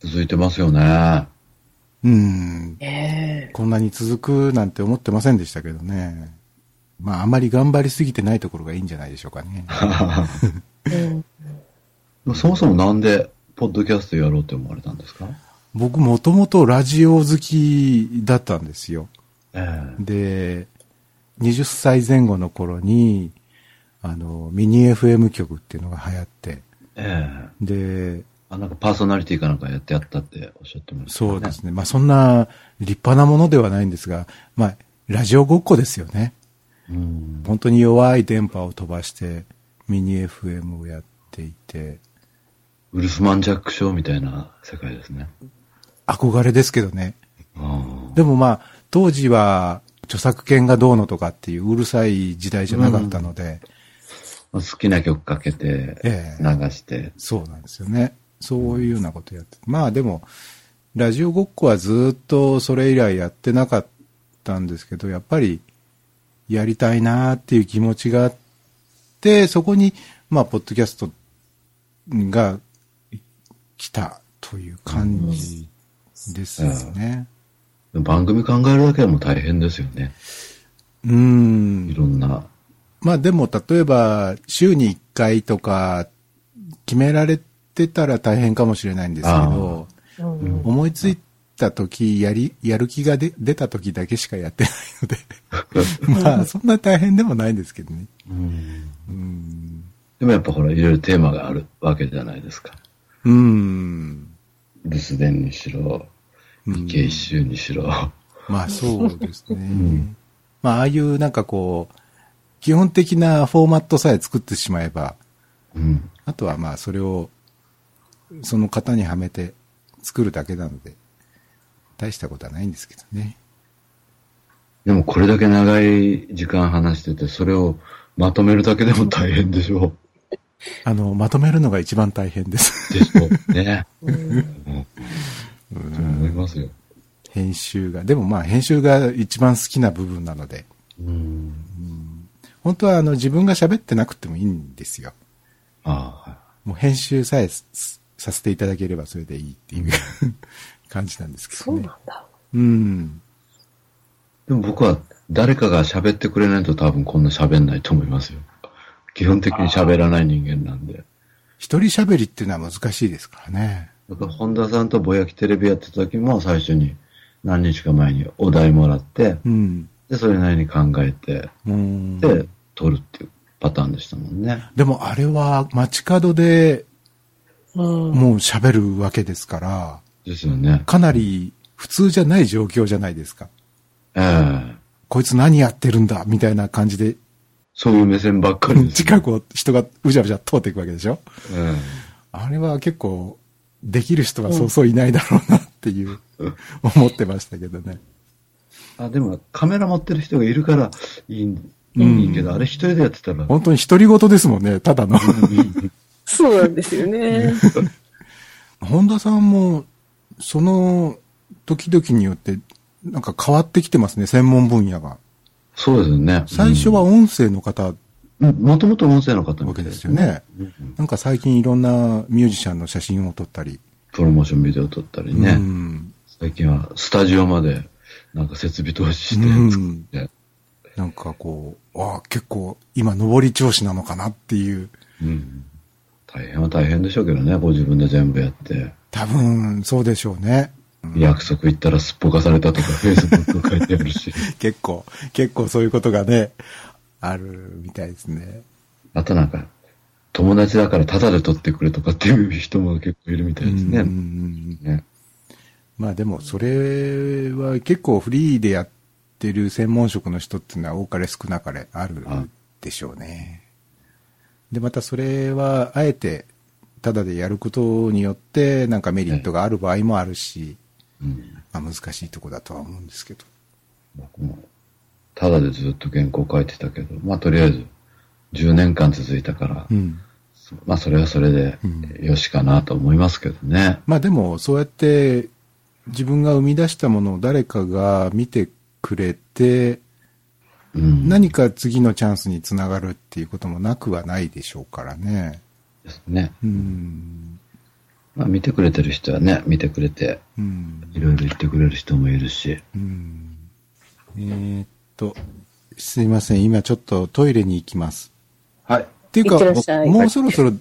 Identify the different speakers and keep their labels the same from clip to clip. Speaker 1: 続いてますよね。
Speaker 2: うん。
Speaker 3: え
Speaker 2: こんなに続くなんて思ってませんでしたけどね。まあ、あまり頑張りすぎてないところがいいんじゃないでしょうかね。
Speaker 3: えうん
Speaker 1: そもそもなんで、ポッドキャストやろうって思われたんですか
Speaker 2: 僕もともとラジオ好きだったんですよ。
Speaker 1: ええ
Speaker 2: で、20歳前後の頃に、あの、ミニ FM 局っていうのが流行って、
Speaker 1: ええ
Speaker 2: で、
Speaker 1: あ、なんかパーソナリティかなんかやってやったっておっしゃってましたね。
Speaker 2: そうですね。まあ、そんな立派なものではないんですが、まあ、ラジオごっこですよね。
Speaker 1: うん。
Speaker 2: 本当に弱い電波を飛ばして、ミニ FM をやっていて、
Speaker 1: ウルスマン・ジャック賞みたいな世界ですね。
Speaker 2: 憧れですけどね。
Speaker 1: うん
Speaker 2: でもまあ、当時は著作権がどうのとかっていううるさい時代じゃなかったので、
Speaker 1: 好きな曲かけて、流
Speaker 2: ええ
Speaker 1: して、
Speaker 2: そうなんですよね。そういうようなことやって。まあでも、ラジオごっこはずっとそれ以来やってなかったんですけど、やっぱりやりたいなーっていう気持ちがあって、そこに、まあ、ポッドキャストが来たという感じですよね。
Speaker 1: 番組考えるだけでも大変ですよね。
Speaker 2: うん
Speaker 1: いろんな。
Speaker 2: まあでも例えば週に1回とか決められてたら大変かもしれないんですけど、
Speaker 3: うん
Speaker 2: 思いついた時、やり、やる気がで出た時だけしかやってないので、まあそんな大変でもないんですけどね。
Speaker 1: うん
Speaker 2: うん。
Speaker 1: でもやっぱほら、いろいろテーマがあるわけじゃないですか。
Speaker 2: うん。
Speaker 1: 留守電にしろ、
Speaker 2: うん
Speaker 1: 日経一周にしろ。
Speaker 2: まあそうですね。
Speaker 1: ん
Speaker 2: まあああいうなんかこう、基本的なフォーマットさえ作ってしまえば、
Speaker 1: うん。
Speaker 2: あとはまあそれをその型にはめて作るだけなので大したことはないんですけどね。
Speaker 1: でもこれだけ長い時間話してて、それをまとめるだけでも大変でしょ
Speaker 2: あの、まとめるのが一番大変です。
Speaker 1: う。でしょう。 ね。
Speaker 3: うん
Speaker 1: そう思いますよ。
Speaker 2: 編集が。でもまあ編集が一番好きな部分なので。
Speaker 1: うん。
Speaker 2: 本当はあの自分が喋ってなくてもいいんですよ。
Speaker 1: あ
Speaker 2: もう編集さえすすさせていただければそれでいいっていう 感じなんですけ
Speaker 3: そ
Speaker 2: ど
Speaker 3: う
Speaker 2: ね。
Speaker 3: なんだ。
Speaker 2: うん。
Speaker 1: あ。でも僕は誰かが喋ってくれないと多分こんな喋んないと思いますよ。基本的に喋らない人間なんで。
Speaker 2: 一人喋りっていうのは難しいですからね。
Speaker 1: だから本田さんとぼやきテレビやってた時も最初に何日か前にお題もらって、
Speaker 2: うん。
Speaker 1: で、それなりに考えて、
Speaker 2: うん。
Speaker 1: で、撮るっていうパターンでしたもんね。
Speaker 2: でもあれは街角で
Speaker 3: うん
Speaker 2: もう喋るわけですから、
Speaker 1: ですよね。
Speaker 2: かなり普通じゃない状況じゃないですか。
Speaker 1: ええ
Speaker 2: こいつ何やってるんだみたいな感じで、
Speaker 1: そういう目線ばっかりです。
Speaker 2: 近くを人がうじゃうじゃ通っていくわけでしょ
Speaker 1: ええ
Speaker 2: あれは結構、できる人はそうそういないだろうなっていう、思ってましたけどね。
Speaker 1: あ、でもカメラ持ってる人がいるからいいん、
Speaker 2: うん
Speaker 1: いいけど、あれ一人でやってたら、
Speaker 2: 本当に独り言ですもんね、ただの。
Speaker 3: そうなんですよね。
Speaker 2: 本田さんも、その時々によって、なんか変わってきてますね、専門分野が。
Speaker 1: そうですよね。
Speaker 2: 最初は音声の方
Speaker 1: うん、もともと音声の方
Speaker 2: わ
Speaker 1: みた
Speaker 2: け
Speaker 1: い
Speaker 2: ですよ。ね。
Speaker 1: うん
Speaker 2: なんか最近いろんなミュージシャンの写真を撮ったり。
Speaker 1: プロモーションビデオ撮ったりね、
Speaker 2: うん
Speaker 1: 最近はスタジオまでなんか設備投資して
Speaker 2: うん
Speaker 1: 作って、
Speaker 2: なんかこう、ああ、結構今上り調子なのかなっていう、
Speaker 1: うん大変は大変でしょうけどね、ご自分で全部やって、
Speaker 2: 多分そうでしょうね。
Speaker 1: 約束行ったらすっぽかされた とか、フェイスブック書いてあるし、
Speaker 2: 結構、結構そういうことがね、あるみたいですね。
Speaker 1: あとなんか、友達だからタダで撮ってくれとかっていう人も結構いるみたいですね。
Speaker 2: うんうんうん
Speaker 1: ね
Speaker 2: まあでもそれは結構フリーでやってる専門職の人っていうのは多かれ少なかれある
Speaker 1: はい
Speaker 2: でしょうね。で、またそれはあえてただでやることによってなんかメリットがある場合もあるし、
Speaker 1: うん
Speaker 2: まあ難しいとこだとは思うんですけど。
Speaker 1: 僕も、ただでずっと原稿書いてたけど、まあとりあえず、10年間続いたから、
Speaker 2: うん。
Speaker 1: そまあそれはそれで
Speaker 2: うん、
Speaker 1: よしかなと思いますけどね。
Speaker 2: まあでもそうやって自分が生み出したものを誰かが見てくれて
Speaker 1: うん。
Speaker 2: 何か次のチャンスにつながるっていうこともなくはないでしょうからね。
Speaker 1: ですね。
Speaker 2: うん。
Speaker 1: まあ、見てくれてる人はね、見てくれて、
Speaker 2: うん。
Speaker 1: いろいろ言ってくれる人もいるし。
Speaker 2: うん。えーっと、すいません。今ちょっとトイレに行きます。
Speaker 1: はい。
Speaker 2: っていう
Speaker 3: いってらっし
Speaker 2: か、
Speaker 3: ゃい
Speaker 2: もうそろそろ、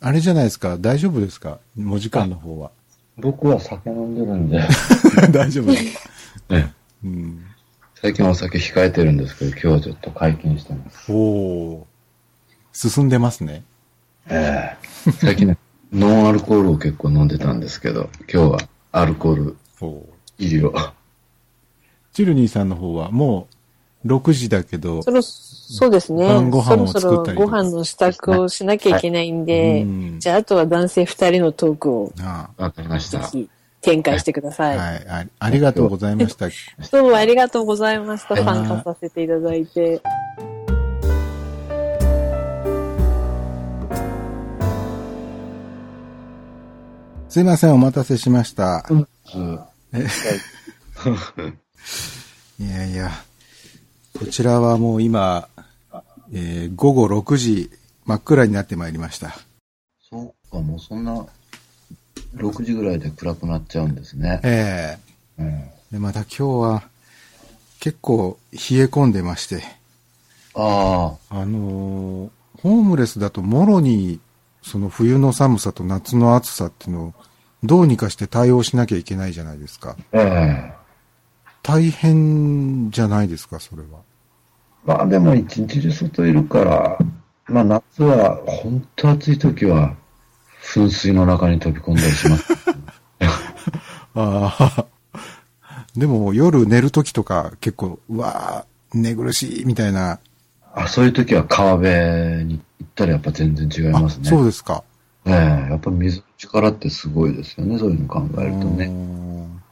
Speaker 2: あれじゃないですか。大丈夫ですかもう時間の方は。
Speaker 1: 僕は酒飲んでるんで。
Speaker 2: 大丈夫です。
Speaker 1: ええ
Speaker 2: うん。
Speaker 1: 最近お酒控えてるんですけど、今日はちょっと解禁してます。
Speaker 2: おお進んでますね。
Speaker 1: ええ 最近ね、ノンアルコールを結構飲んでたんですけど、今日はアルコール
Speaker 2: おお
Speaker 1: 入りを。
Speaker 2: チルニーさんの方は、もう、6時だけど、
Speaker 3: そろ、そうですね。
Speaker 2: 晩ご飯
Speaker 3: そろ
Speaker 2: を
Speaker 3: そ
Speaker 2: 作
Speaker 3: ろ
Speaker 2: ったりと
Speaker 3: ご
Speaker 2: か
Speaker 3: 飯の支度をしなきゃいけないん
Speaker 2: はいう
Speaker 3: で
Speaker 2: ん、
Speaker 3: じゃああとは男性二人のトークを
Speaker 2: あ
Speaker 1: わかりまし
Speaker 3: ぜ
Speaker 1: た。
Speaker 3: ひ展開してくだ
Speaker 2: あ
Speaker 3: さい。
Speaker 2: はい、あありがとうございました。
Speaker 3: どうもありがとうございました。
Speaker 2: はい
Speaker 3: 参加させていただいて。
Speaker 2: すいません、お待たせしました。いやいや、こちらはもう今、えー午後6時、真っ暗になってまいりました。
Speaker 1: そうか、もうそんな、6時ぐらいで暗くなっちゃうんですね。
Speaker 2: え
Speaker 1: うん
Speaker 2: ーで、また今日は、結構冷え込んでまして、
Speaker 1: あ
Speaker 2: あのーホームレスだともろに、その冬の寒さと夏の暑さっていうのを、どうにかして対応しなきゃいけないじゃないですか。
Speaker 1: あ、ええ
Speaker 2: 大変じゃないですか、それは。
Speaker 1: まあでも一日中外いるから、まあ夏は、本当暑い時は、噴水の中に飛び込んだりします。
Speaker 2: ああ。でも夜寝るときとか結構、うわー寝苦しいみたいな。
Speaker 1: あそういう時は川辺に行ったらやっぱ全然違いますね。
Speaker 2: そうですか。
Speaker 1: ええやっぱ水の力ってすごいですよね、そういうの考えると
Speaker 2: うー
Speaker 1: ね。
Speaker 2: ん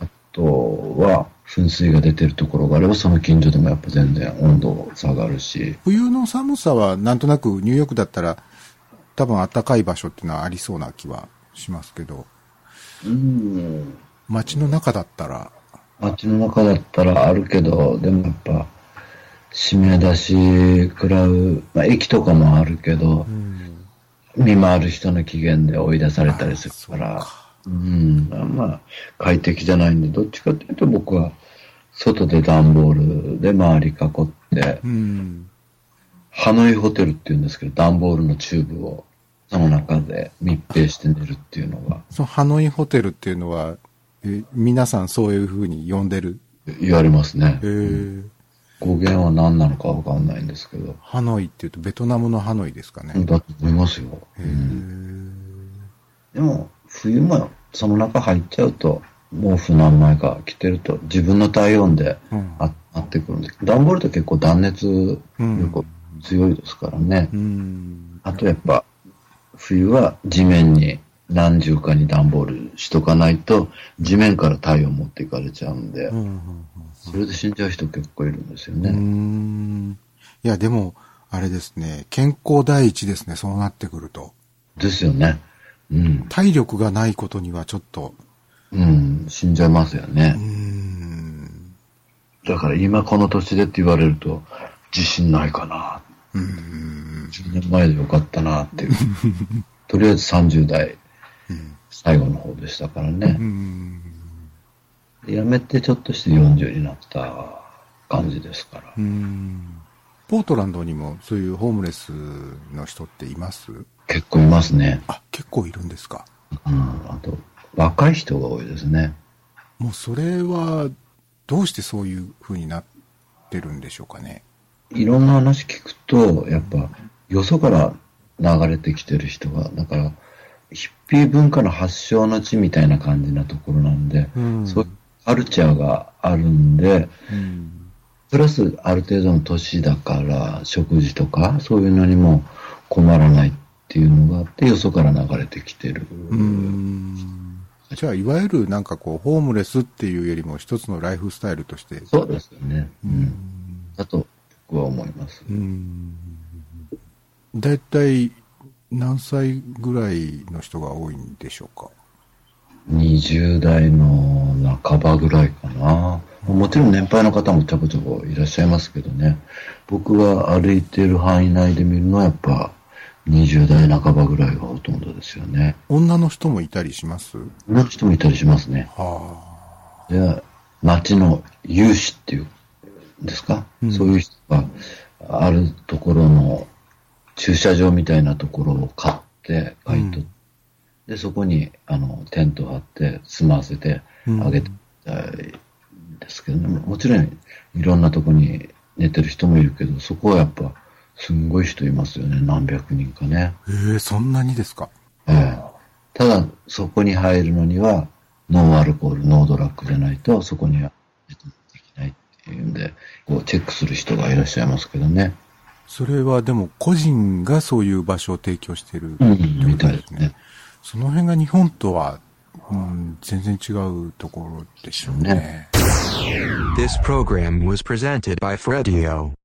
Speaker 1: あとは、噴水が出てるところがあれば、その近所でもやっぱ全然温度下がるし、
Speaker 2: 冬の寒さはなんとなくニューヨークだったら多分暖かい場所っていうのはありそうな気はしますけど、
Speaker 1: うん、
Speaker 2: 街の中だったら、
Speaker 1: 街の中だったらあるけど、でもやっぱ、締め出し、食らう、まあ、駅とかもあるけど、見回る人の機嫌で追い出されたりするから、うん、まあまあ、快適じゃないんで、どっちかというと僕は、外で段ボールで周り囲って
Speaker 2: う、ん。
Speaker 1: ハノイホテルっていうんですけど、段ボールのチューブを、その中で密閉して寝るっていうのが
Speaker 2: そのハノイホテルっていうのは、え皆さんそういう風に呼んでる。
Speaker 1: 言われますね
Speaker 2: へ。ー
Speaker 1: 語源は何なのかわかんないんですけど、
Speaker 2: ハノイっていうとベトナムのハノイですかね。
Speaker 1: だと思いますよ。
Speaker 2: へ
Speaker 1: うん
Speaker 2: ー
Speaker 1: でも、冬もその中入っちゃうと、毛布何枚か着てると、自分の体温で
Speaker 2: うん
Speaker 1: あ合ってくるんですけど、段ボールって結構断熱力強いですからね。
Speaker 2: うん。
Speaker 1: あとやっぱ、冬は地面に何重かに段ボールしとかないと、地面から体温持っていかれちゃうんで
Speaker 2: う、んうん
Speaker 1: それで死んじゃう人結構いるんですよ
Speaker 2: うん
Speaker 1: ね。
Speaker 2: うんいや、でも、あれですね、健康第一ですね、そうなってくると。
Speaker 1: ですよね。うん。
Speaker 2: 体力がないことにはちょっと、
Speaker 1: うん、死んじゃいますよね。
Speaker 2: うーん、
Speaker 1: だから今この年でって言われると、自信ないかな。10年前でよかったなって いう。とりあえず30代、最後の方でしたから
Speaker 2: うー
Speaker 1: ね。
Speaker 2: ん、
Speaker 1: 辞めてちょっとして40になった感じですから
Speaker 2: うー。ん。ポートランドにもそういうホームレスの人っています
Speaker 1: 結構いますね。
Speaker 2: あ、結構いるんですか。
Speaker 1: うん。あと、若い人が多いですね。
Speaker 2: もうそれは、どうしてそういう風になってるんでしょうかね。
Speaker 1: いろんな話聞くと、やっぱ、よそから流れてきてる人が、だから、ヒッピー文化の発祥の地みたいな感じなところなんで、
Speaker 2: うん
Speaker 1: そういうカルチャーがあるんで、
Speaker 2: うん、
Speaker 1: プラスある程度の年だから、食事とか、そういうのにも困らないっていうのがあって、よそから流れてきてる。
Speaker 2: うーんじゃあ、いわゆるなんかこう、ホームレスっていうよりも一つのライフスタイルとして。
Speaker 1: そうですよね。うん。だと、僕は思います。
Speaker 2: うん。だいたい何歳ぐらいの人が多いんでしょうか
Speaker 1: 20代の半ばぐらいかな。もちろん年配の方もちょこちょこいらっしゃいますけどね。僕が歩いてる範囲内で見るのはやっぱ20代半ばぐらいがほとんどですよね。
Speaker 2: 女の人もいたりします
Speaker 1: 女の人もいたりしますね。
Speaker 2: はあ。
Speaker 1: で、町の有志っていうんですか、
Speaker 2: うん
Speaker 1: そういう人があるところの駐車場みたいなところを買って、買い取って、
Speaker 2: うん
Speaker 1: で、そこにあのテント張って住まわせてあげてたいですけどね、もちろんいろんなとこに寝てる人もいるけど、そこはやっぱすんごい人いますよね、何百人かね。
Speaker 2: ええそんなにですか
Speaker 1: ええただ、そこに入るのには、ノンアルコール、ノードラッグじゃないと、そこにはできないっていうんで、こうチェックする人がいらっしゃいますけどね。
Speaker 2: それはでも個人がそういう場所を提供しているって
Speaker 1: み
Speaker 2: こと
Speaker 1: たい
Speaker 2: で
Speaker 1: ですす
Speaker 2: ね。
Speaker 1: ね。
Speaker 2: その辺が日本とは、うん、全然違うところでしょうね。
Speaker 1: ね
Speaker 4: This program was presented by Fredio.